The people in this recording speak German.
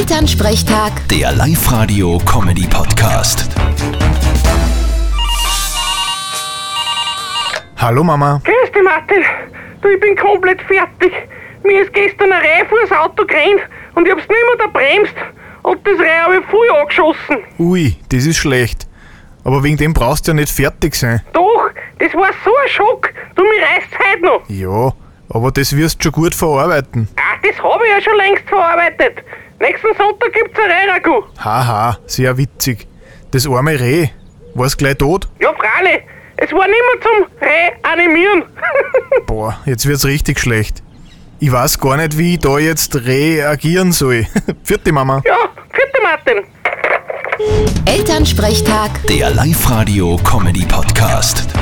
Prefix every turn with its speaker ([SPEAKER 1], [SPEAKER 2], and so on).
[SPEAKER 1] Elternsprechtag,
[SPEAKER 2] Der Live-Radio-Comedy-Podcast.
[SPEAKER 3] Hallo Mama.
[SPEAKER 4] Grüß dich, Martin. Du, ich bin komplett fertig. Mir ist gestern ein Reh vors Auto gerannt und ich hab's nimmer da bremst. Und das Reh habe ich voll angeschossen.
[SPEAKER 3] Ui, das ist schlecht. Aber wegen dem brauchst du ja nicht fertig sein.
[SPEAKER 4] Doch, das war so ein Schock. Du, mir reißt's heute noch.
[SPEAKER 3] Ja, aber das wirst du schon gut verarbeiten.
[SPEAKER 4] Ach, das habe ich ja schon längst verarbeitet. Nächsten Sonntag gibt's ein Reiragu.
[SPEAKER 3] Haha, sehr witzig. Das arme Reh. War's gleich tot?
[SPEAKER 4] Ja, freilich. Es war nimmer zum Reanimieren.
[SPEAKER 3] Boah, jetzt wird's richtig schlecht. Ich weiß gar nicht, wie ich da jetzt reagieren soll. Vierte Mama.
[SPEAKER 4] ja, vierte Martin.
[SPEAKER 1] Elternsprechtag.
[SPEAKER 2] Der Live-Radio-Comedy-Podcast.